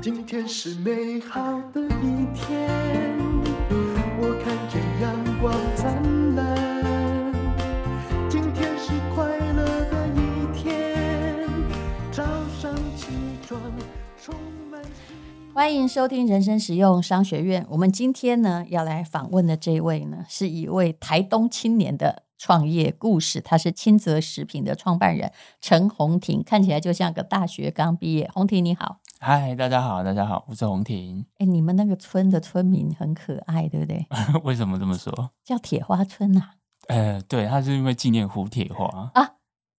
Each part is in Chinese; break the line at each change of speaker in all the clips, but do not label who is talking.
今天是美好的一天，我看见阳光灿烂。今天是快乐的一天，早上起床充满希
欢迎收听《人生实用商学院》。我们今天呢，要来访问的这位呢，是一位台东青年的创业故事。他是亲泽食品的创办人陈红婷，看起来就像个大学刚毕业。红婷你好，
嗨，大家好，大家好，我是洪婷。
哎，你们那个村的村民很可爱，对不对？
为什么这么说？
叫铁花村啊？
呃，对，他是因为纪念胡铁花。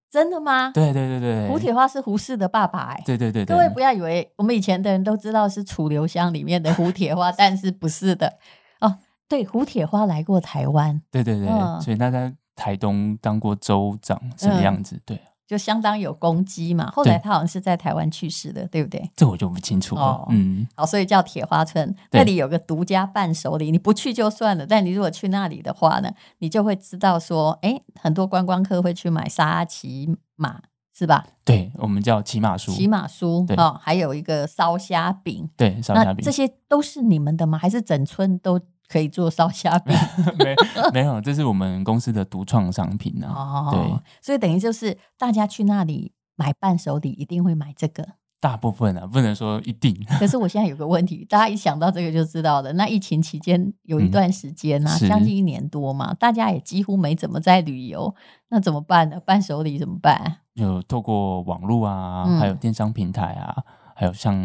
真的吗？
对对对对，
胡铁花是胡适的爸爸哎、
对对对对，
各位不要以为我们以前的人都知道是楚留香里面的胡铁花，但是不是的哦。对，胡铁花来过台湾，
对对对，
嗯
所以他在台东当过州长什么样子？对，
就相当有攻击嘛。后来
对
他好像是在台湾去世的，对不对？
这我就不清楚了。
哦
嗯，
好，所以叫铁花村，
对
那里有个独家伴手礼，你不去就算了，但你如果去那里的话呢，你就会知道说，哎，很多观光客会去买沙阿奇马，是吧？
对，我们叫骑马叔，
骑马酥
对
哦，还有一个烧虾饼，
对烧
那
虾 饼
这，些都是你们的吗？还是整村都可以做烧虾 饼？
没没有，这是我们公司的独创商品啊。
哦
对，
所以等于就是大家去那里买伴手礼，一定会买这个。
大部分啊，不能说一定，
可是我现在有个问题，大家一想到这个就知道了。那疫情期间有一
嗯
段时间啊，
是
将近一年多嘛，大家也几乎没怎么在旅游，那怎么办呢？伴手礼怎么办？
有透过网络啊，
嗯
还有电商平台啊，还有像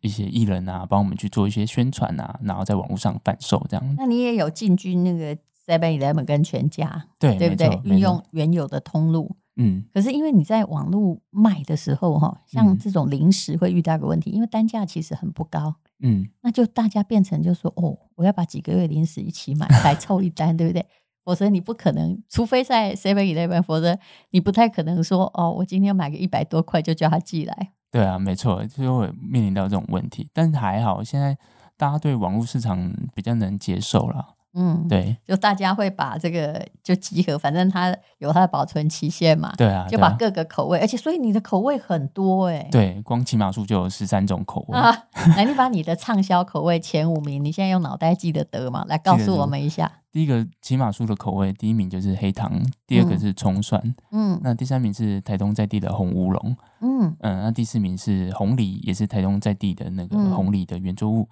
一些艺人啊，帮我们去做一些宣传啊，然后在网络上贩售这样。
那你也有进军那个 Seven Eleven 跟全家，
对，
对不
嗯没
对
错？
运，
没
用
错
原有的通路。
嗯，
可是因为你在网络卖的时候，哈，像
嗯
这种零食会遇到一个问题，因为单价其实很不高，
嗯，
那就大家变成就说哦，我要把几个月零食一起买来凑 一单，对不对？否则你不可能，除非在 Seven Eleven，否则你不太可能说哦，我今天买个一百多块就叫他寄来。
对啊，没错，就会面临到这种问题。但还好，现在大家对网络市场比较能接受啦。
嗯，，
对，
就大家会把这个就集合，反正它有它的保存期限嘛，
对啊，
就
对
把
啊
各个口味，而且所以你的口味很多哎、
对光骑马术就有十三种口味。
啊，来，你把你的畅销口味前五名，你现在用脑袋记得得吗？来告
记得
诉
得
我们一下。
第一个骑马术的口味，第一名就是黑糖，第二个
嗯
是葱蒜，
嗯
那第三名是台东在地的红乌龙。
嗯
嗯，那第四名是红梨，也是台东在地的那个
嗯
红梨的原作物。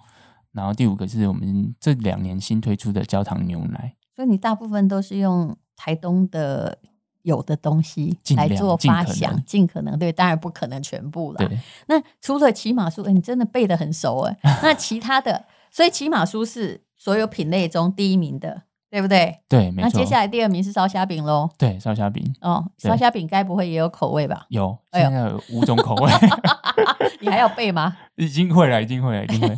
然后第五个是我们这两年新推出的焦糖牛奶，
所以你大部分都是用台东的有的东西
尽
来
量
做
尽
发
可
想，
能
尽可能对，当然不可能全部啦。
对，
那除了骑马书，哎、你真的背得很熟 哎、那其他的，所以骑马书是所有品类中第一名的，对不对？
对，没
那
错。
接下来第二名是烧虾饼喽。
对烧虾饼
哦，
对？
烧虾饼该不会也有口味吧
有，
哎呦
现在有五种口味，
你还要背吗？
已经会了，已经会了，已经 会了。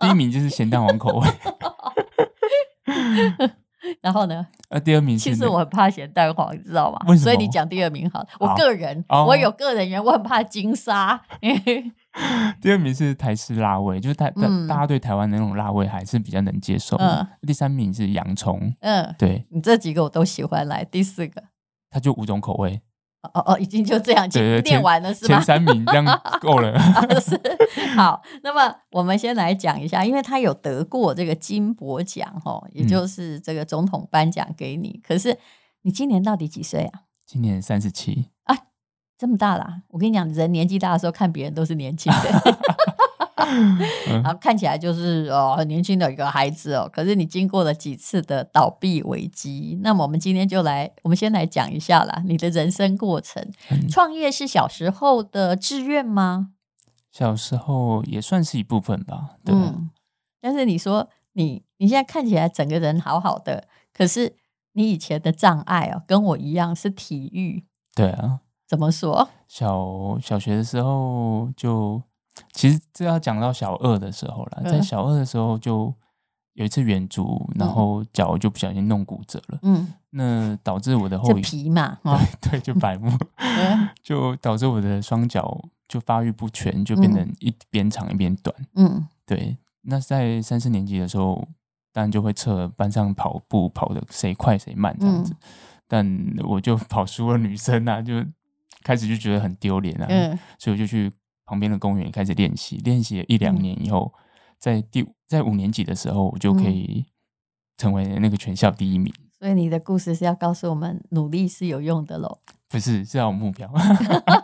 第一名就是咸蛋黄口味，
然后 呢？
呃，第二名是
其实
那
我很怕咸蛋黄，你知道吗？
为什么
所以你讲第二名好了。我
好
个人，
哦
我有个人缘，我很怕金沙。
第二名是台式辣味，就是台、大
嗯
大家对台湾的那种辣味还是比较能接受的。第三名是洋葱，
嗯，
对，
你这几个我都喜欢。来，第四个，
它就五种口味，
哦哦哦，已经就这样
对对
念
对
念完了是
前
吗？
三名这样够 了。
是好，那么我们先来讲一下，因为他有得过这个金博奖哦，也
嗯
就是这个总统颁奖给你。可是你今年到底几岁啊？
今年三十七，
这么大啦、啊我跟你讲，人年纪大的时候看别人都是年轻的，
嗯
然后看起来就是哦很年轻的一个孩子哦。可是你经过了几次的倒闭危机，那么我们今天就来，我们先来讲一下啦，你的人生过程。
嗯
创业是小时候的志愿吗？
小时候也算是一部分吧。对，啊
嗯，但是你说你你现在看起来整个人好好的，可是你以前的障碍哦，跟我一样是体育，
对啊，
怎么说？
小小学的时候就，其实这要讲到小二的时候了。
嗯
在小二的时候就有一次远足，然
嗯
后脚就不小心弄骨折了，
嗯，
那导致我的后
就
遗
皮嘛，哦，
对对就白目，
嗯
就导致我的双脚就发育不全，就变
嗯
成一边长一边短。
嗯
对，那在三四年级的时候，当然就会测班上跑步跑的谁快谁慢这样子，
嗯
但我就跑输了女生啊，就开始就觉得很丢脸啊，
嗯
所以我就去旁边的公园开始练习，练习了一两
嗯
年以后，在第五在五年级的时候，我就可
嗯
以成为那个全校第一名。
所以你的故事是要告诉我们，努力是有用的喽。
不是，是要有目标。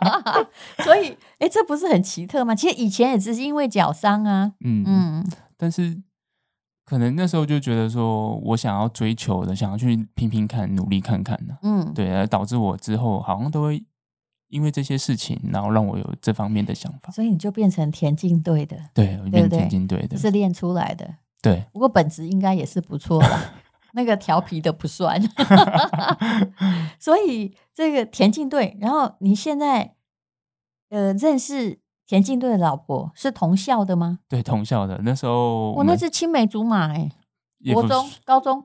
所以，哎，这不是很奇特吗？其实以前也只是因为脚伤啊，
嗯嗯，
嗯
但是可能那时候就觉得说我想要追求的，想要去拼拼看，努力看啊看呢、
嗯，
对，而导致我之后好像都会因为这些事情，然后让我有这方面的想法。
所以你就变成田径队的，
对，我
对
变
不对
田径队
这
的，
是练出来的。
对，
不过本质应该也是不错 的，那个调皮的不算。所以这个田径队，然后你现在呃认识田径队的老婆是同校的吗？
对，同校的。那时候
我
们
那是青梅竹马哎、
也
国
不
中
是、
高中，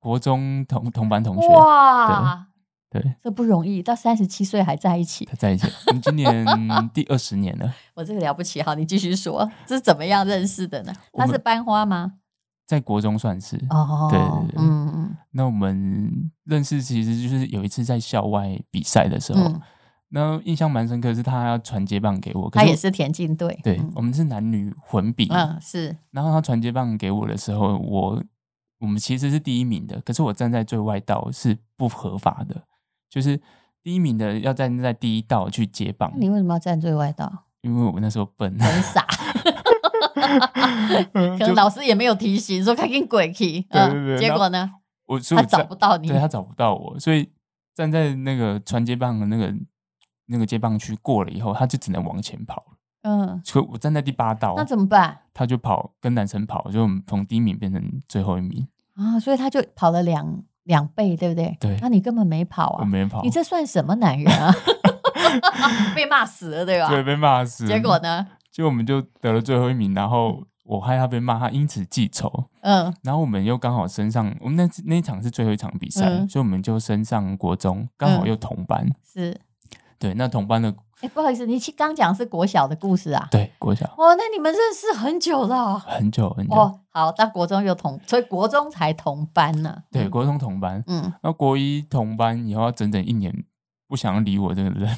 国中同同班同学，啊
哇，
对，
这不容易，到三十七岁还在一起，
他在一起了。我们今年 第二十年了，
我这个了不起。好，你继续说，这是怎么样认识的呢？
我
他
们
是班花吗？
在国中算是。
哦，
对对对
嗯嗯
那我们认识其实就是有一次在校外比赛的时候，
嗯，
那印象蛮深刻，是他要传接棒给哦我，可
他
是
也
我
是田径队，
对、哦
嗯
我们是男女混比，
嗯是，
然后他传接棒给我的时候，我我们其实是第一名的，可是我站在最外道是不合法的，就是第一名的要站在第一道去接棒
那，你为什么要站最外道？
因为我那时候笨，
很 傻， 可能老师也没有提醒说赶紧鬼去，
对
嗯，
对
结果呢，
我所
他
以我
找
站
不到你
对，他找不到我，所以站在那个传接棒的那个那个接棒区过了以后，他就只能往前跑了，
嗯，
所以我站在第八道，
那怎么办
他就跑跟男生跑，就我们从第一名变成最后一名，
啊？所以他就跑了两两倍，对不对？
对
那你根本没跑
我
啊，
没跑，
你这算什么男人 啊？ 被骂死了，对吧？
对被骂死，
啊结果？呢？
就我们就得了最后一名，然后我害他被骂，他因此记仇。
嗯
然后我们又刚好升上，我们那次那一场是最后一场比赛，
嗯
所以我们就升上国中，刚好
嗯
又同班。
是，
对，那同班的
哎，不好意思，你刚讲是国小的故事啊？
对国小
哦，那你们认识很久了哦。
很久很久，
哦，好，到国中又同，所以国中才同班呢。
对，国中同班，
嗯，
那国一同班以后要整整一年不想要理我这个人，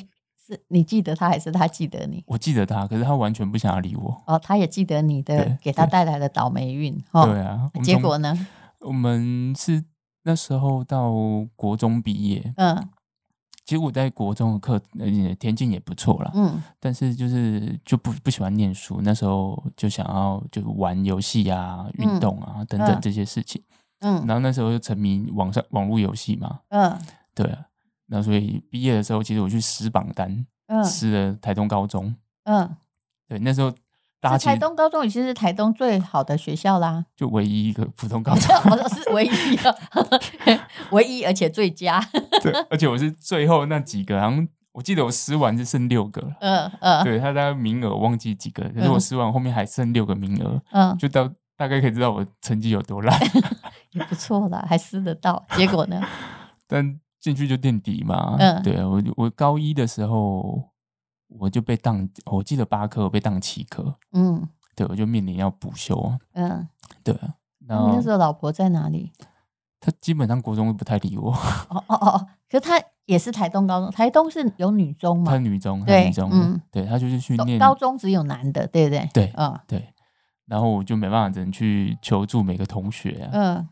是你记得他还是他记得你？
我记得他，可是他完全不想要理我。
哦，他也记得你的
对
给他带来的倒霉运哈。
对啊，我
哦
们
结
从
果呢？
我们是那时候到国中毕业，
嗯
其实我在国中的课呃田径也不错啦，
嗯
但是就是就不不喜欢念书，那时候就想要就玩游戏啊、运动啊、等等
嗯
这些事情，
嗯
然后那时候就沉迷网上网络游戏嘛，
嗯
对啊。那所以毕业的时候，其实我去撕榜单，
嗯
撕了台东高中。
嗯，
对，那时候大家
是
其
台
实
东高中已经是台东最好的学校啦，
就唯一一个普通高
我
中，
说是唯一的， 唯一而且最佳。
对，而且我是最后那几个，好像我记得我撕完就剩六个了。
嗯 嗯
对他大概名额我忘记几个，可是我
嗯
撕完后面还剩六个名额，
嗯，
就到大概可以知道我成绩有多烂。
也不错啦，还撕得到。结果呢？
但进去就垫底嘛。
嗯
对我我高一的时候我就被当，我记得八科我被当七科，
嗯
对我就面临要补修。
嗯，
对啊，然
哦你
后
那时候老婆在哪里？
他基本上国中都不太理我，
哦哦哦哦，可是她也是台东高中，台东是有女中
他
嘛？
女中，他
对
女中，
嗯
对他就是去念
高中只有男的，对不对？
对
嗯
对，然后我就没办法，只能去求助每个同学啊，
嗯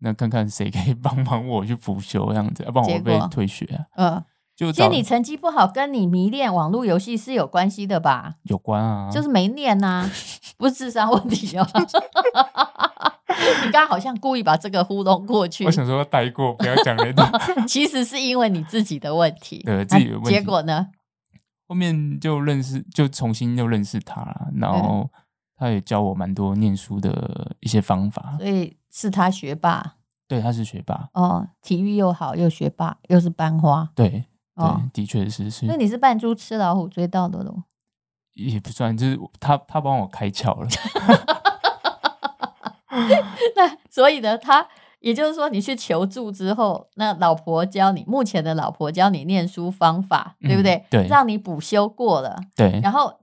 那看看谁可以 帮忙我去补修这样子，要不然我
结
会被
果
退学啊。
嗯。
就
其实
找
你成绩不好，跟你迷恋网络游戏是有关系的吧？
有关啊，
就是没念 呐、不是智商问题哦。 你刚刚好像故意把这个糊弄过去
我，想说带过，不要讲那种。
其实是因为你自己的问题。
对
那
自己的问题
结果呢？
后面就认识，就重新又认识他啦，然后他也教我蛮多念书的一些方法。
所以是他学霸
对，他是学霸，
哦，体育又好，又学霸，又是班花
对
哦
对，。的确是是
所以，你是扮猪吃老虎追到的喽。
也不算，就是他他帮我开窍 了。
那所以呢，他也就是说，你去求助之后，那老婆教你，目前的老婆教你念书方法，对不对？哎
嗯对
让你补修过了，
对，
然后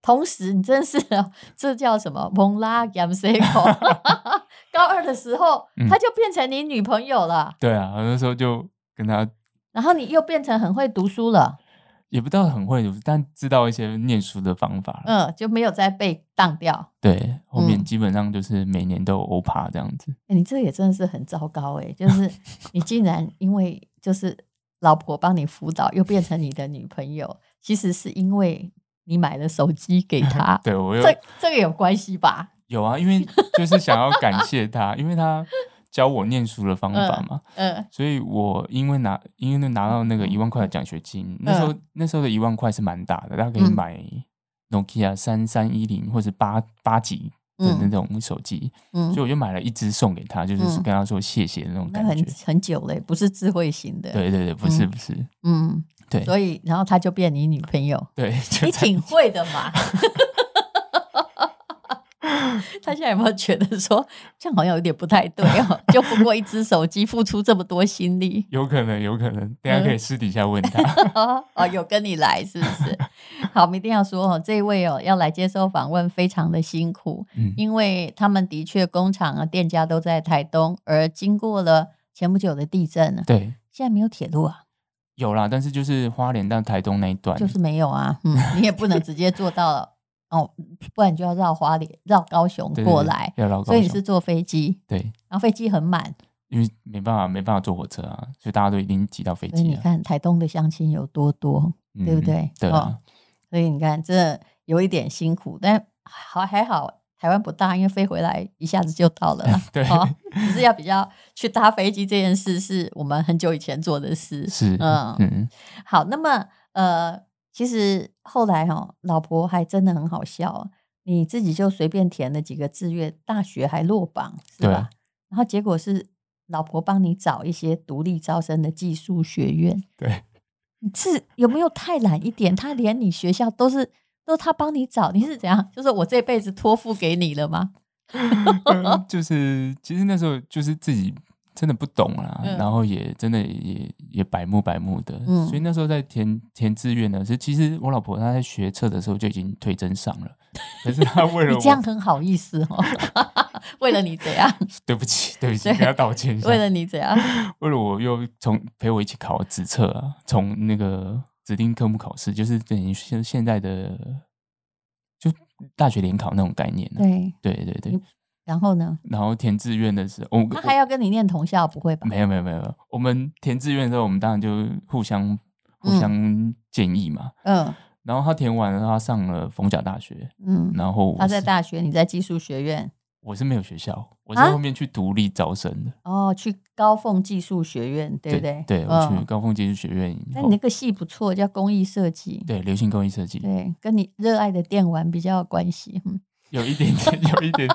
同时你真是哦这叫什么蒙拉 g a m s e c o 高二的时候，
嗯
她就变成你女朋友了，
对啊，我那时候就跟他
然后你又变成很会读书了，
也不到很会读，但知道一些念书的方法了。
嗯，就没有再被当掉。
对，后面
嗯
基本上就是每年都有欧趴这样子。，
欸你这也真的是很糟糕哎、就是你竟然因为就是老婆帮你辅导，又变成你的女朋友，其实是因为你买了手机给她
对我有
哦这这个有关系吧？
有啊，因为就是想要感谢他，因为他教我念书的方法嘛，
嗯
所以我因为拿因为拿到那个一万块的奖学金，那时候、那时候的一万块是蛮大的，大家可以
嗯
买 Nokia 三三一零或是八八级的那
嗯
种手机，
嗯
所以，我就买了一只送给他，就是
嗯
跟他说谢谢的那种
那
感
很
觉。
很久了欸、不是智慧型的。，
对对对，不是
嗯
不是，
嗯，
对
所以然后她就变你女朋友，
对， 就
你
在
挺会的 嘛。他现在有没有觉得说这样好像有点不太对哦？就不过一只手机，付出这么多心力，
有可能有可能，
嗯
等一下可以私底下问他。
哦，有跟你来是不是？ 好，我们一定要说哦，这一位哦要来接受访问非常的辛苦，
嗯
因为他们的确工厂啊、店家都在台东，而经过了前不久的地震呢，
对，
现在没有铁路啊，
有啦，但是就是花莲到台东那一段，
就是没有啊，嗯，你也不能直接坐到哦，不然就要绕花莲、绕高雄
对对
过
对
来，
要绕高
所以你
雄
是坐飞机，
对，
然后飞机很满，
因为没办法没办法坐火车啊，所以大家都已经挤到飞
所以
机啊
你
了，
看台东的乡亲有多多，
嗯
对不对？
对
哦，
啊。
所以你看这有一点辛苦，但好还好，台湾不大，因为飞回来一下子就到了啦
对
哦，只是要比较去搭飞机这件事，是我们很久以前做的事。
是
嗯
嗯
好，那么呃，其实后来哦，老婆还真的很好笑、啊，你自己就随便填了几个志愿，大学还落榜是
对
吧？然后结果是老婆帮你找一些独立招生的技术学院，
对，
你是有没有太懒一点？他连你学校都是都是他帮你找，你是怎样？就是我这辈子托付给你了吗？哦
嗯就是其实那时候就是自己真的不懂啦，
嗯
然后也真的也也百目百目的，
嗯
所以那时候在填填志愿呢，是其实我老婆她在学测的时候就已经推甄上 了，可是她为
你
了啊我
这样很好意思哦， 为了你怎样？
对不起对不起，
对
跟她道歉一下，
为了你怎样？
为了我又从陪我一起考职测啊，从那个指定科目考试，就是等于现现在的就大学联考那种概念、啊。
对，
对对对
你，然后呢？
然后填志愿的时候，我
他还要跟你念同校，不会吧
我？没有没有没有没有，我们填志愿的时候，我们当然就互相互相建议嘛。
嗯
然后他填完了，他上了逢甲大学，
嗯，
然后我
他在
是
大学，你在技术学院，
我是没有学校，我是
啊
后面去独立招生的，
哦，去高凤技术学院，对不
对
对？
我去
嗯。
高峰技术学院以
那
后
你那，个系不错，叫工艺设计，
对流行工艺设计，
对，跟你热爱的电玩比较有关系。嗯
有一点 点，有一点。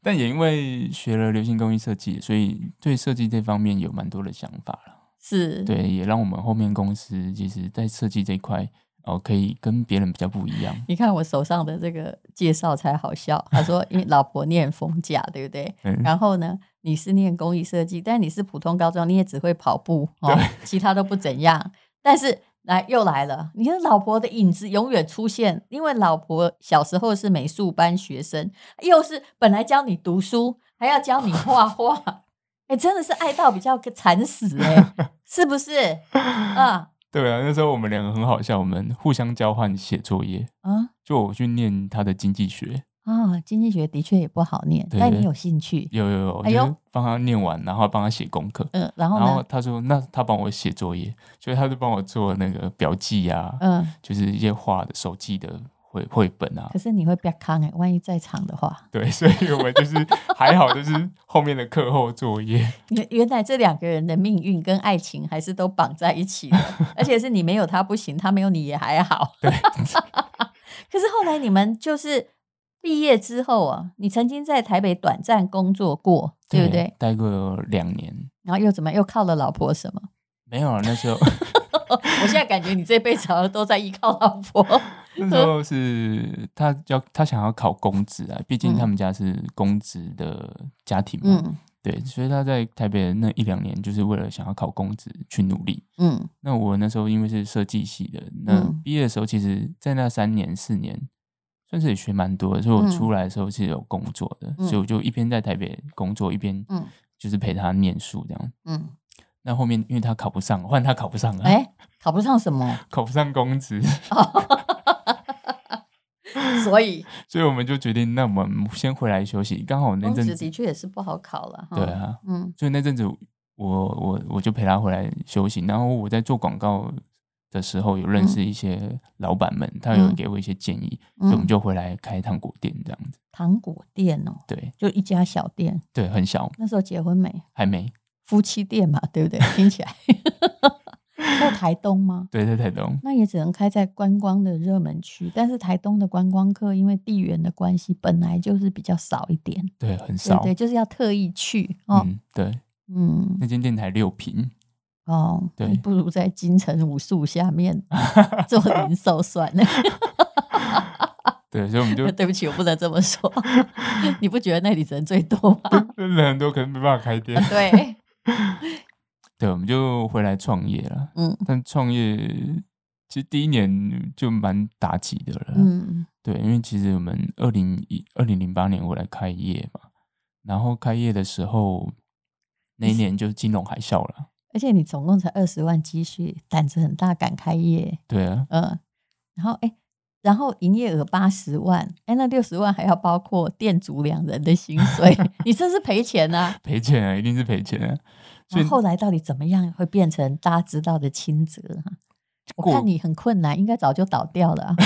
但也因为学了流行工艺设计，所以对设计这方面有蛮多的想法了。
是，
对，也让我们后面公司其实在设计这一块哦，可以跟别人比较不一样。
你看我手上的这个介绍才好笑，他说因为老婆念逢甲，对不对？
嗯，
然后呢，你是念工艺设计，但你是普通高中，你也只会跑步哦，其他都不怎样。但是来又来了，你的老婆的影子永远出现，因为老婆小时候是美术班学生，又是本来教你读书，还要教你画画， 哎、真的是爱到比较惨死哎、是不是？啊
对啊，那时候我们两个很好笑，我们互相交换写作业。
啊
就我去念他的经济学，
啊！经济学的确也不好念，
对
但你有兴趣，
有有有，我
哎呦
就帮他念完，然后帮他写功课。
嗯、然后
然后
呢，
他说，那他帮我写作业，所以他就帮我做那个表记啊，
嗯、
就是一些画的手记的绘绘本啊
可。是你会被坑哎，万一在场的话。
对，所以我就是还好，就是后面的课后作业，
原原来这两个人的命运跟爱情还是都绑在一起的， 而且是你没有他不行，他没有你也还好。 可是后来你们就是毕业之后啊，你曾经在台北短暂工作过，对不对？？
待过两年，
然后又怎么样又靠了老婆什么？
没有啊，那时候
我现在感觉你这辈子好像都在依靠老 婆。
那时候是他要他想要考公职啊，毕竟他
嗯
们家是公职的家庭嘛，
嗯
对，所以他在台北的那一两年就是为了想要考公职去努力。
嗯
那我那时候因为是设计系的，那
嗯
毕业的时候，其实在那三年四年，算是也学蛮多的。所以我
嗯
出来的时候是有工作的，
嗯
所以我就一边在台北工作，一边
嗯
就是陪他念书这样。
嗯，
那后面因为他考不上，换他考不上了，
哎、考不上什么，
考不上公职，
所 以
所以我们就决定，那我们先回来休息。刚好那
公
阵
职
子
的，确也是不好考了。哈
对，啊，
嗯，
所以那阵子我我我就陪他回来休息。然后我在做广告的时候，有认识一些老板们，他有
嗯
给我一些建议，所以我
嗯，
们就回来开糖果店这样子。
糖果店哦，
对
就一家小店。
对，很小，
那时候结婚没？
还没。
夫妻店嘛，对不 对？听起来在台东吗？
对对对，懂。
那也只能开在观光的热门区，但是台东的观光客因为地缘的关系，本来就是比较少一点，
对，很
对
少。
对，就是要特意去哦，
嗯，对，
嗯
那间店才六平。
哦，
对
你不如在金城武术下面做零售算了。
对，所以我 们就
对不起，我不能这么说，你不觉得那里人最多吗？
人很多，可能没办法开店。
对，
对，我们就回来创业了。
嗯
但创业其实第一年就蛮打击的了。
嗯
对，因为其实我们二零一二零零八年我来开业嘛，然后开业的时候那一年就金融海啸了。
而且你总共才二十万积蓄，胆子很大，敢开业，
对啊，
嗯，然后哎。然后营业额八十万，哎，那六十万还要包括店主两人的薪 水，你这是赔钱啊！
赔钱啊，一定是赔钱啊。
那
所以
后来到底怎么样会变成大家知道的清泽啊？我
过
看你很困难，应该早就倒掉 了啊。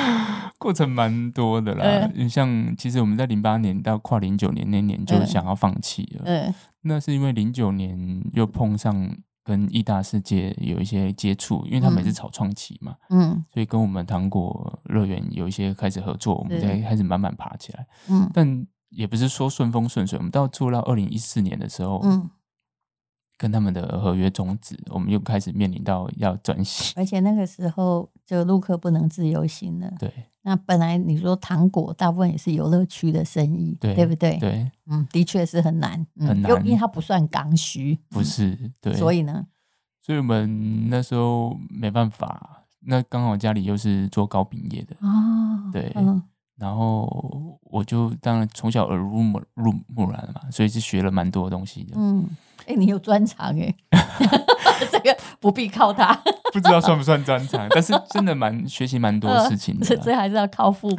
啊过程蛮多的啦
呃。
因为像其实我们在零八年到跨零九年那年就
呃
想要放弃了，
嗯
那是因为零九年又碰上跟义大世界有一些接触，因为他们也是
嗯
草创期嘛，
嗯
所以跟我们糖果乐园有一些开始合作，我们
是
才开始慢慢爬起来。
嗯
但也不是说顺风顺水，我们到做到二零一四年的时候，
嗯，
跟他们的合约终止，我们又开始面临到要转型。
而且那个时候就陆客不能自由行了。
对
那本来你说糖果大部分也是游乐区的生意，
对
不对？
对，
嗯，的确是很难，嗯、
很难
又因为它不算刚需，
不是
嗯
对，
所以呢，
所以我们那时候没办法，那刚好家里又是做糕饼业的，
哦，
对
嗯
然后我就当然从小耳濡目入目染嘛，所以是学了蛮多东西的，
嗯，哎、你有专长哎、 这个不必靠他，
不知道算不算专长，但是真的蛮学习 蛮多事情的
这
啦。
这嗯还是要靠父母。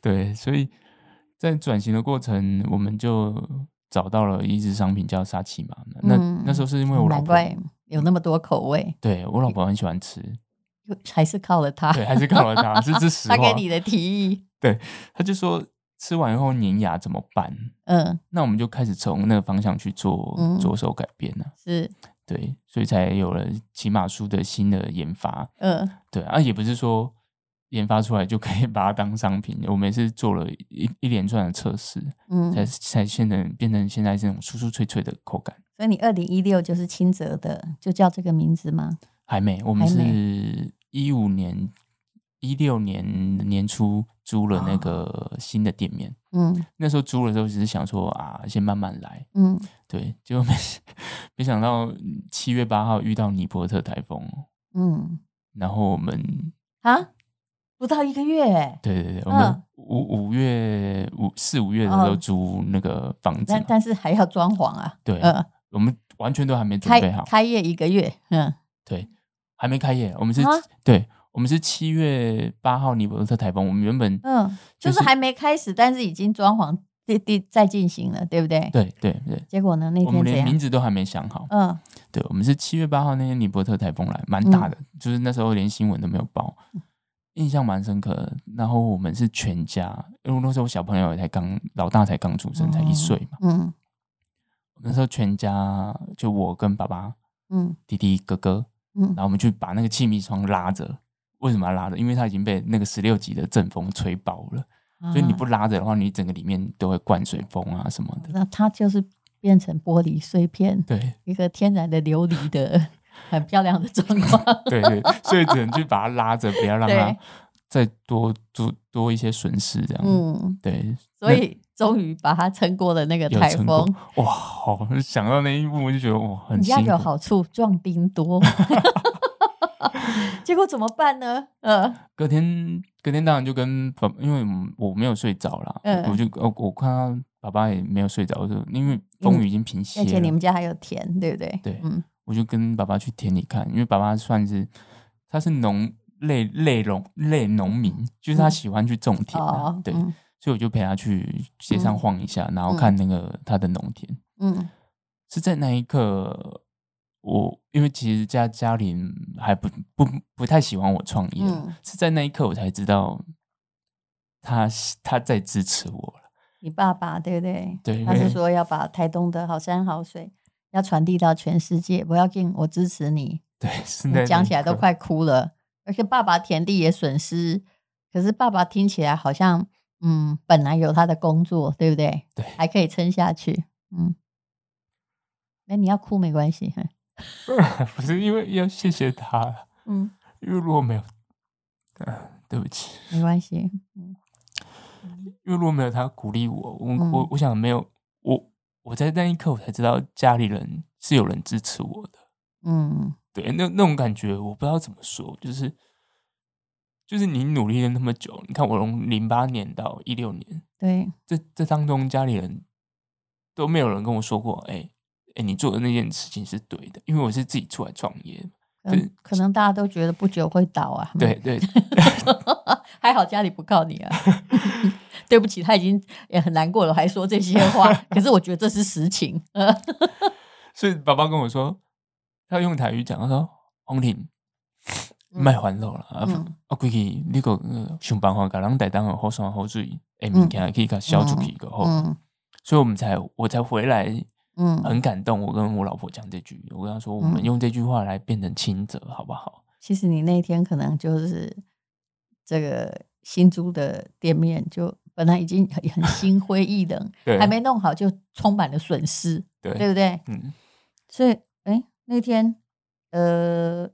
对，所以在转型的过程，我们就找到了一支商品叫沙琪玛。那、
嗯
那时候是 因为我老
难
婆，
怪有那么多口味，
对我老婆很喜欢 吃，
又还是靠了他，
对，还是靠了她，是这实话
他。给你的提议，
她就说吃完以后粘牙怎么办？
嗯，
那我们就开始从那个方向去做、
嗯
着手改变了、
是，
对，所以才有了骑马术的新的研发。
嗯
对啊，也不是说研发出来就可以 把它当商品，我们也是做了一一连串的测试，
嗯，
才才现成变成现在这种酥酥脆脆的口感。
所以你二零一六就是清泽的，就叫这个名字吗？
还没，我们
还没
是一五年、一六年年初租了
啊
那个新的店面。
嗯
那时候租的时候只是想说啊，先慢慢来，
嗯，
对，结果没 没想到七月八号遇到尼伯特台风，
嗯
然后我们
啊，不到一个月欸，
对对对，我们
嗯
五五月五四五月的时候
哦
租那个房子
但
嘛，
但是还要装潢啊，
对，
呃，
我们完全都还没准
开
备好，
开业一个月，嗯
还没开业，我们是
啊
对，我们是七月八号尼伯特台风，我们原本
嗯，
就
就是是还没开始，但是已经装潢地地在进行了，对不对？
对对对，
结果呢，那
我们
天怎
连名
样？
字都还没想好。
嗯
对，我们是七月八号那天尼伯特台风来，蛮大的，就是那时候连新闻都没有报，印象蛮深刻的。然后我们是全家，因为那时候我小朋友也才刚，老大才刚出生，才一岁嘛。
嗯
那时候全家就我跟爸爸、
嗯
弟弟、哥哥，
嗯
然后我们去把那个气密窗拉着。为什么要拉着？因为它已经被那个十六级的阵风吹爆了，
嗯，
所以你
啊
不拉着的话，你整个里面都会灌水风啊什么的。
那它就是变成玻璃碎片，
对，
一个天然的琉璃的 很漂亮的状况。
对对，所以只能去把它拉着，不要让它
对
再多多多一些损失，这样。
嗯，
对，
所以终于把它撑过了那个
有
台
成果
风。
哇，好想到那一幕，我就觉得哇，很
你家
辛
有
苦。
好处，壮丁 多。结果怎么办呢？呃，
隔天，隔天当然就跟爸，因为我我没有睡着啦，
嗯
我就我我看到爸爸也没有睡着，我说因为风雨已经平息
而且你
了，
们家还有田，对不对？
对
嗯，
我就跟爸爸去田里看，因为爸爸算是他是农类类农类农民，就是他喜欢去种田啊、
嗯哦，
对，
嗯
所以我就陪他去街上
嗯
晃一下，然后看那个他的农田。
嗯
是在那一刻，我因为其实家家里还不不不太喜欢我创业，
嗯
是在那一刻我才知道他是他在支持我了。
你爸爸对不对？
对
他
因
是
为
说要把台东的好山好水要传递到全世界，不要紧，我支持你。
对，是
你
那
讲
那一
起来都
刻
快哭了，而且爸爸田地也损失，可是爸爸听起来好像嗯，本来有他的工作，对不对？
对
还可以撑下去，嗯。那你要哭没关系，嘿
不是因为要谢谢他，啊
嗯，
因为如果没有，呃，对不起，
没关系，
因为如果没有他鼓励我，我、
嗯
我我想没有我我在那一刻我才知道家里人是有人支持我的。
嗯
对，那那种感觉我不知道怎么说，就是就是你努力了那么久，你看我从零八年到一六年，
对，
这这当中家里人都没有人跟我说过，哎、哎、你做的那件事情是对的，因为我是自己出来创业的，
可能
对
可能大家都觉得不久会倒啊，
对对
还好家里不靠你啊。 对不起，他已经也很难过了，还说这些话。可是我觉得这是实情。
所以爸爸跟我说，他用台语讲，他说红婷。
嗯
卖还路啦，啊
嗯
啊！规去你个呃想办法，甲人台当个好山好水，诶，
嗯
物件可以甲销出去个好，
嗯
所以我们才我才回来
嗯，
很感动，我跟我老婆讲这句，我跟她说，我们用这句话来变成亲者，好不好？，
其实你那天可能就是这个新租的店面，就本来已经很很心灰意冷
对
还没弄好就充满了损失，对
对，
不对？
嗯，
所以，哎，那天呃，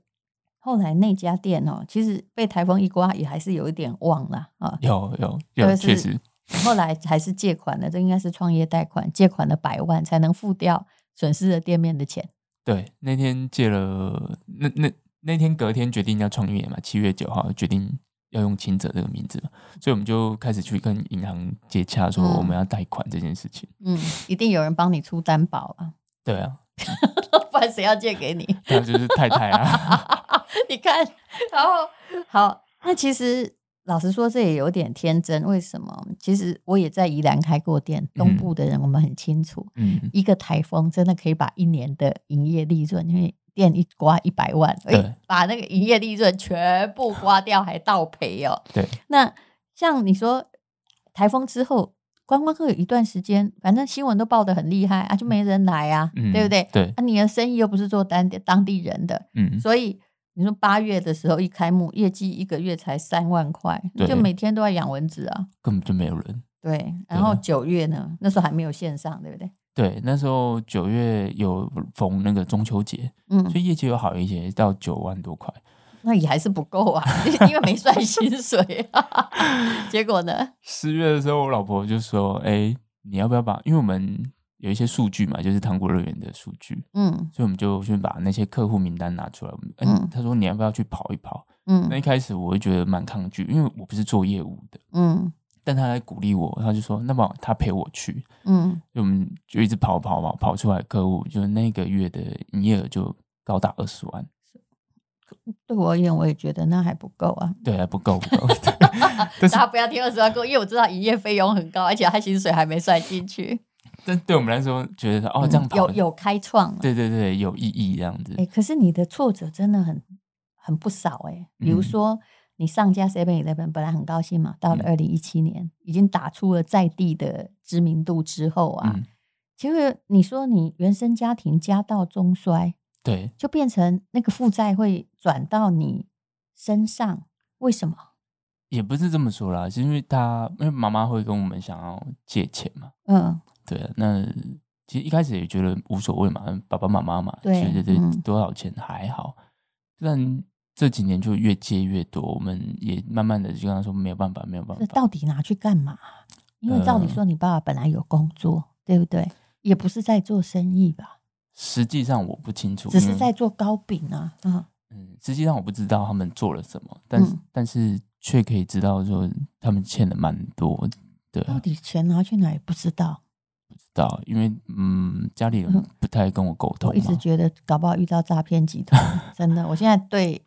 后来那家店哦，其实被台风一刮，也还是有一点旺了啊。
有有
对
有，
是
确实，
后来还是借款了，这应该是创业贷款，借款了百万才能付掉损失的店面的钱。
对，那天借了，那那那天隔天决定要创业嘛，七月九号决定要用亲者这个名字嘛，所以我们就开始去跟银行接洽，说
嗯
我们要贷款这件事情。
嗯，一定有人帮你出担保啊，
对啊，
不然谁要借给你？
还有就是太太啊，
你看，然后好，那其实老实说，这也有点天真。为什么？其实我也在宜兰开过店，东
嗯
部的人我们很清楚，
嗯，
一个台风真的可以把一年的营业利润，因为店一刮一百万，哎
对
把那个营业利润全部刮掉，还倒赔哦。
对，
那像你说台风之后。观光客有一段时间，反正新闻都报得很厉害啊，就没人来啊，
嗯，
对不对？
对，
啊，你的生意又不是做当地当地人的，
嗯，
所以你说八月的时候一开幕，业绩一个月才三万块，
对
就每天都要养蚊子啊。
根本就没有人。
对，
对啊
然后九月呢，那时候还没有线上，对不对？
对，那时候九月有逢那个中秋节，
嗯
所，以业绩有好一些，到九万多块。
那也还是不够啊， 因为没算薪水、啊。 结果呢？
十月的时候，我老婆就说：“哎、你要不要把？因为我们有一些数据嘛，就是糖果乐园的数据，
嗯
所以我们就先把那些客户名单拿出来。我们嗯
嗯，
她说你要不要去跑一跑？那
嗯
一开始我就觉得蛮抗拒，因为我不是做业务的，
嗯
但她来鼓励我，她就说：那么她陪我去。
嗯，
所以我们就一直跑跑跑跑出来，客户就那个月的营业额就高达二十万，
对我而言，我也觉得那还不够啊。
对，还不够不 够。 对但是
大家不要听二十万够，因为我知道营业费用很高，而且他薪水还没算进去。
但对我们来说，觉得哦
嗯
这样跑
有有开创啊
对对对，有意义这样子。
哎、可是你的挫折真的很很不少哎、比如
嗯
说，你上架 Seven Eleven 本来很高兴嘛，到了
嗯
二零一七年、已经打出了在地的知名度之后啊，
嗯，
结果你说你原生家庭家道中衰，
对，
就变成那个负债会转到你身上，为什么？
也不是这么说啦，是因为他因为妈妈会跟我们想要借钱嘛，
嗯
对啊，那其实一开始也觉得无所谓嘛，爸爸妈妈嘛，
对
觉得
嗯
多少钱还好，但这几年就越借越多，我们也慢慢的就跟他说没有办法，没有办
这
法，
到底拿去干嘛？因为
嗯
照理说，你爸爸本来有工作，对不对？也不是在做生意吧，
实际上我不清楚，
只
因
是
为
在做糕饼啊。嗯，
嗯，实际上我不知道他们做了什么，但是、
嗯
但是却可以知道说他们欠的蛮多，对啊、
嗯到底钱拿去哪也不知道。
不知道，因为嗯，家里人
嗯
不太跟我沟通
我一
嘛
直。觉得搞不好遇到诈骗集 团，真的。我现在对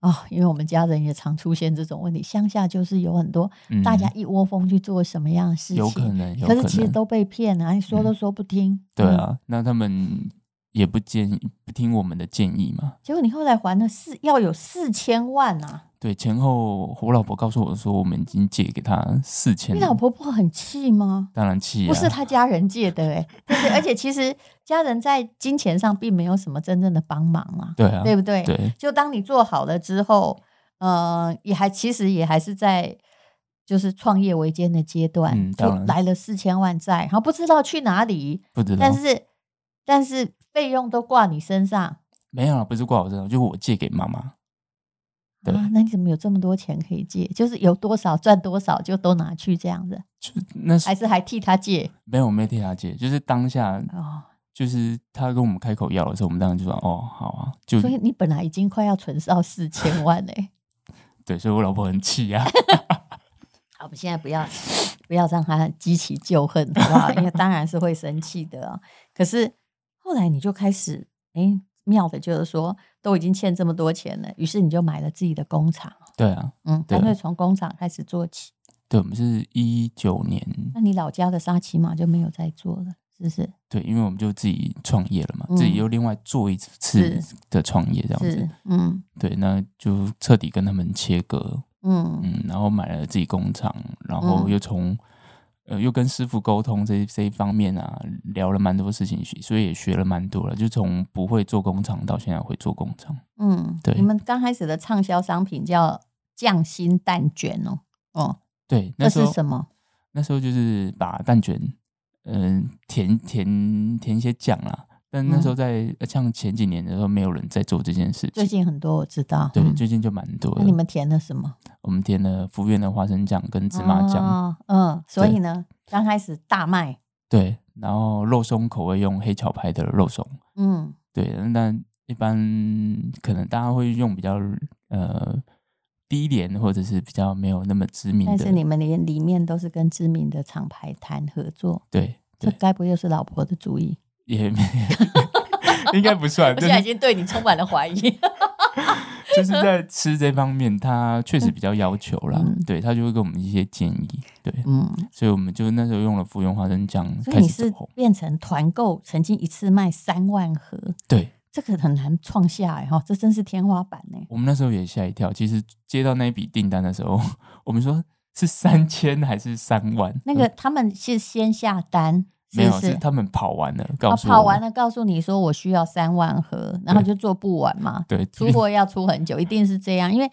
哦，因为我们家人也常出现这种问题，乡下就是有很多
嗯
大家一窝蜂去做什么样的事情，
有可能，有
可是其实
能
都被骗了、啊，你说都说不听。
对
嗯，
啊，那他们也不建议，不听我们的建议嘛。
结果你后来还了四，要有四千万啊！
对，前后我老婆告诉我说，我们已经借给他四千。
你老婆不很气吗？
当然气啊，
不是他家人借的哎、对不对？而且其实家人在金钱上并没有什么真正的帮忙啊，
对啊，
对不对？
对
就当你做好了之后，呃，也还其实也还是在就是创业维艰的阶段，
嗯
就
当然
来了四千万债，然后不知道去哪里，
不知道
但。是但是费用都挂你身上
没有啊，不是挂我身上，就是我借给妈妈。对
啊，那你怎么有这么多钱可以借？就是有多少赚多少就都拿去这样子，
就那是
还是还替他借
没有，我没替他借，就是当下，
哦？
就是他跟我们开口要的时候，我们当然就说哦，好啊，就
所以你本来已经快要存到四千万嘞、欸
对，所以我老婆很 气啊，
好，我们现在不要不要让他激起旧恨，好不好？因为当然是会生气的、啊。可是后来你就开始，诶，妙的就是说，都已经欠这么多钱了，于是你就买了自己的工厂，
对啊，
嗯，
对
干脆从工厂开始做起。
对，我们是一九年，
那你老家的沙琪玛就没有再做了，是不是？
对，因为我们就自己创业了嘛，
嗯
自己又另外做一次
是
的创业这样子
是，，嗯
对，那就彻底跟他们切割，
嗯
嗯，然后买了自己工厂，然后
嗯
又从、呃又跟师傅沟通这这一方面啊，聊了蛮多事情，所以也学了蛮多了，就从不会做工厂到现在会做工厂，
嗯。
对
你们刚开始的畅销商品叫匠心蛋卷哦，哦，
对，那
这
时
是
候
什么？
那时候就是把蛋卷，嗯、填填填一些酱啦。但那时候在、呃像前几年的时候，没有人在做这件事
嗯最
情。
近很多我知道，
对，
嗯
最近就蛮多
那
的
你。们填了什么？
我们填了福源的花生酱跟芝麻酱，
哦，嗯，所以
对
呢，刚开始大卖，
对，然后肉松口味用黑巧牌的肉松，
嗯
对，但一般可能大家会用比较呃低廉或者是比较没有那么知名
但是
的，
你们连里面都是跟知名的厂牌谈合作，
对，
这
对
该不会又是老婆的主意？
也没 应该不
我
算，就
现在已
是
经对你充满了怀疑。
就是在吃这方面，他确实比较要求啦，
嗯
对他就会给我们一些建议，对，
嗯，
所以我们就那时候用了芙蓉花生酱
所以
开
你
始
是
走红，
变成团购，曾经一次卖三万盒，
对
这个很难创下哎哈，这真是天花板呢。
我们那时候也吓一跳，其实接到那一笔订单的时候， 我们说是三千还是三万，呃
那个他们是先下单，
嗯没
是
有
不
是
是？
他们跑完了，告
哦，
诉我们、
跑完了告诉你说我需要三万盒，然后
对
就做不完嘛，
对，
出货要出很久，一定是这样，因为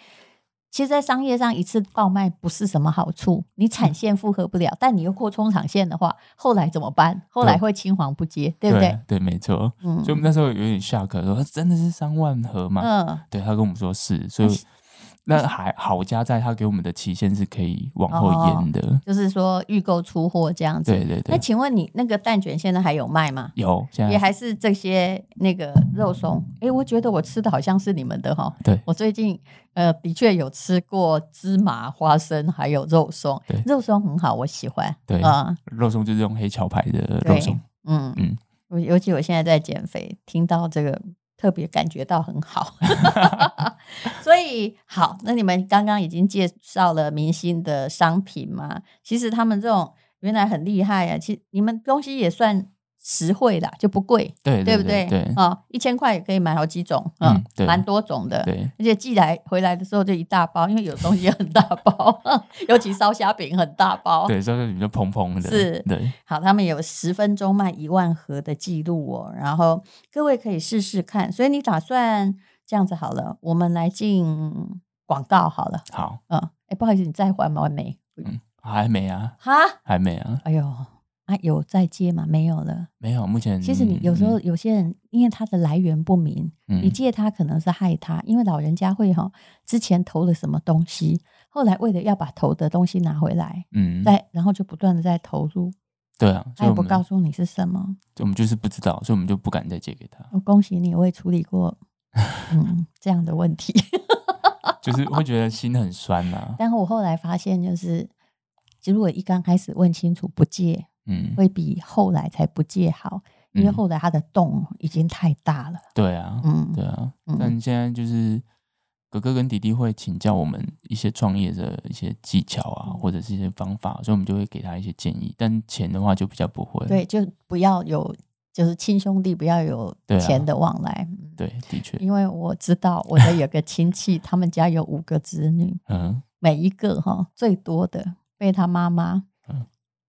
其实，在商业上一次爆卖不是什么好处，你产线负荷不了，但你又扩充产线的话，后来怎么办？后来会青黄不接，对不对？
对？没错。
嗯
所以我们那时候有点下课，说真的是三万盒吗？
嗯，哎
对他跟我们说是，所以那还好加在他给我们的期限是可以往后延的。
就是说预购出货这样子。
对对
哦那
对，
请问你那个蛋卷现在还有卖吗？
有现
也
在
还是这些那个肉松？诶，我觉得我吃的好像是你们的哈。
对
我最近呃的确有吃过芝麻花生，还有肉松
对。
肉松很好，我喜欢。
对
啊、
肉松就是用黑桥牌的
对
肉松，
嗯
嗯
我尤其我现在在减肥，听到这个特别感觉到很 好。所以好，那你们刚刚已经介绍了明星的商品嘛？其实他们这种原来很厉害啊，其实你们东西也算实惠啦，就不贵，
对
对
对
不对？
对
啊，一千块也可以买好几种，
嗯
嗯，
对
蛮多种的。
对
而且寄来回来的时候就一大包，因为有东西很大包， 尤其烧虾饼很大包。
对，所以你就蓬蓬的，
哦是
对
好，他们有十分钟卖一万盒的记录哦，然后各位可以试试看。所以你打算这样子好了，我们来进广告好了。
好，
嗯，哎，不好意思，你再还完没？
嗯，还没啊，
哈，
还没啊，
哎呦，啊，有再借吗？没有了。
没有，目前
其实你有时候
嗯
有些人，因为他的来源不明，
嗯
你借他可能是害他，因为老人家会哈、之前投了什么东西，后来为了要把投的东西拿回来，
嗯，
再然后就不断的在投入，
对啊，
他
所以
也
我
不
们
告诉你是什么。
我们就是不知道，所以我们就不敢再借给他，
我哦恭喜你，我也处理过嗯这样的问题。
就是会觉得心很酸呐、啊
但是我后来发现，就是如果一刚开始问清楚不借，
嗯，
会比后来才不戒好，因为
嗯
后来它的洞已经太大了。
对啊，
嗯，
对啊
嗯，
但现在就是哥哥跟弟弟会请教我们一些创业的一些技巧啊，
嗯
或者是一些方法，所以我们就会给他一些建议。但钱的话就比较不会，
对，就不要有，就是亲兄弟不要有
对啊
钱的往来。嗯
对，的确，
因为我知道我的有个亲戚，他们家有五个子女，
嗯，
每一个哈最多的被他妈妈
嗯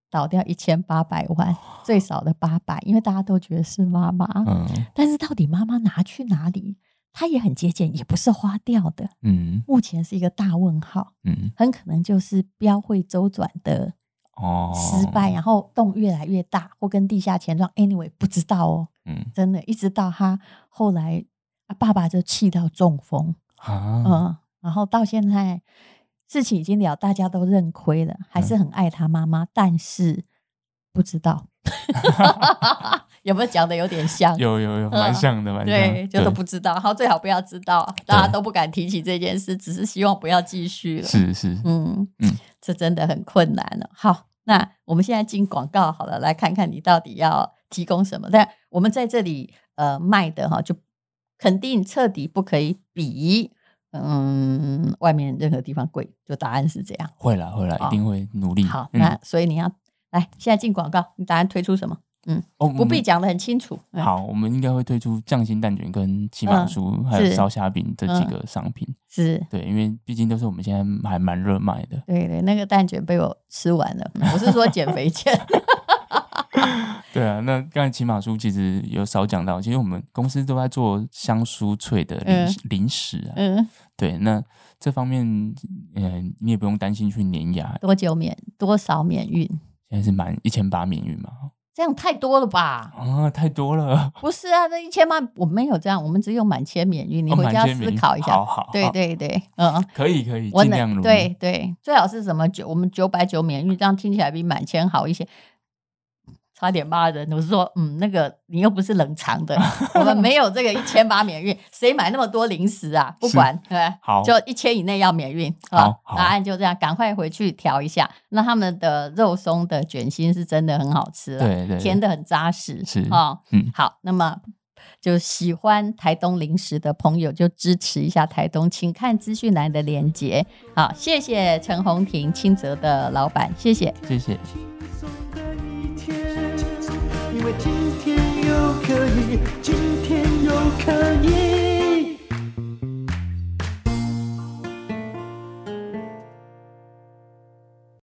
倒掉一千八百万，最少的八百，因为大家都觉得是妈妈，
嗯
但是到底妈妈拿去哪里，她也很节俭，也不是花掉的，
嗯
目前是一个大问号，
嗯，
很可能就是标会周转的
哦，
失败，，然后洞越来越大，或跟地下钱庄，anyway 不知道哦，
嗯
真的，一直到他后来，啊爸爸就气到中风，
啊，
嗯，然后到现在事情已经了，大家都认亏了，还是很爱他妈妈，但是不知道有没有讲的有点像。
有有有，蛮像的，蛮像
嗯对，
的，
就都不知道，然后最好不要知道，大家
对
都不敢提起这件事，只是希望不要继续了。
是是，
嗯
嗯，
这真的很困难了、好，那我们现在进广告好了，来看看你到底要提供什么。但我们在这里呃卖的哈，就肯定彻底不可以比嗯外面任何地方贵，就答案是这样。
会啦会啦，
好
一定会努力。
好，
嗯
那所以你要来现在进广告，你打算推出什么？
哦
不必
我
讲的很清楚。嗯
们。，好，我们应该会推出匠心蛋卷、跟骑马
嗯
酥，还有
是
烧虾饼这几
嗯
个商品。
是。
对，因为毕竟都是我们现在还蛮热卖的。
对对，那个蛋卷被我吃完 了，嗯我是说减肥券，
对啊，那刚才骑马酥其实有少讲到，其实我们公司都在做香酥脆的零、
嗯
零食啊。
嗯，
对，那这方面，嗯、你也不用担心去碾压，
多久免多少免运？
现在是满一千八免运嘛。
这样太多了吧？
啊，太多了，
不是啊，那一千万我没有这样，我们只有满千免运，你
哦
回
满
家
千
思
免运
考一下。
好好
对
好
对对，嗯，
可以可以，
我
尽量
能
努力。
对对，最好是什么九，我们九百九免运，这样听起来比满千好一些。差点骂人，我是说，嗯，那个你又不是冷藏的，我们没有这个一千八免运，谁买那么多零食啊？不
是
管，对，
好
就一千以内要免运。啊
好好
答案就这样，赶快回去调一下。那他们的肉松的卷心是真的很好吃、啊，
对对对
甜的很扎实，
是
哦，
嗯
好，那么就喜欢台东零食的朋友就支持一下台东，请看资讯栏的链接。好，谢谢陈红婷清泽的老板，谢谢。
谢谢。
轻松的一天，因为今天又可以，今天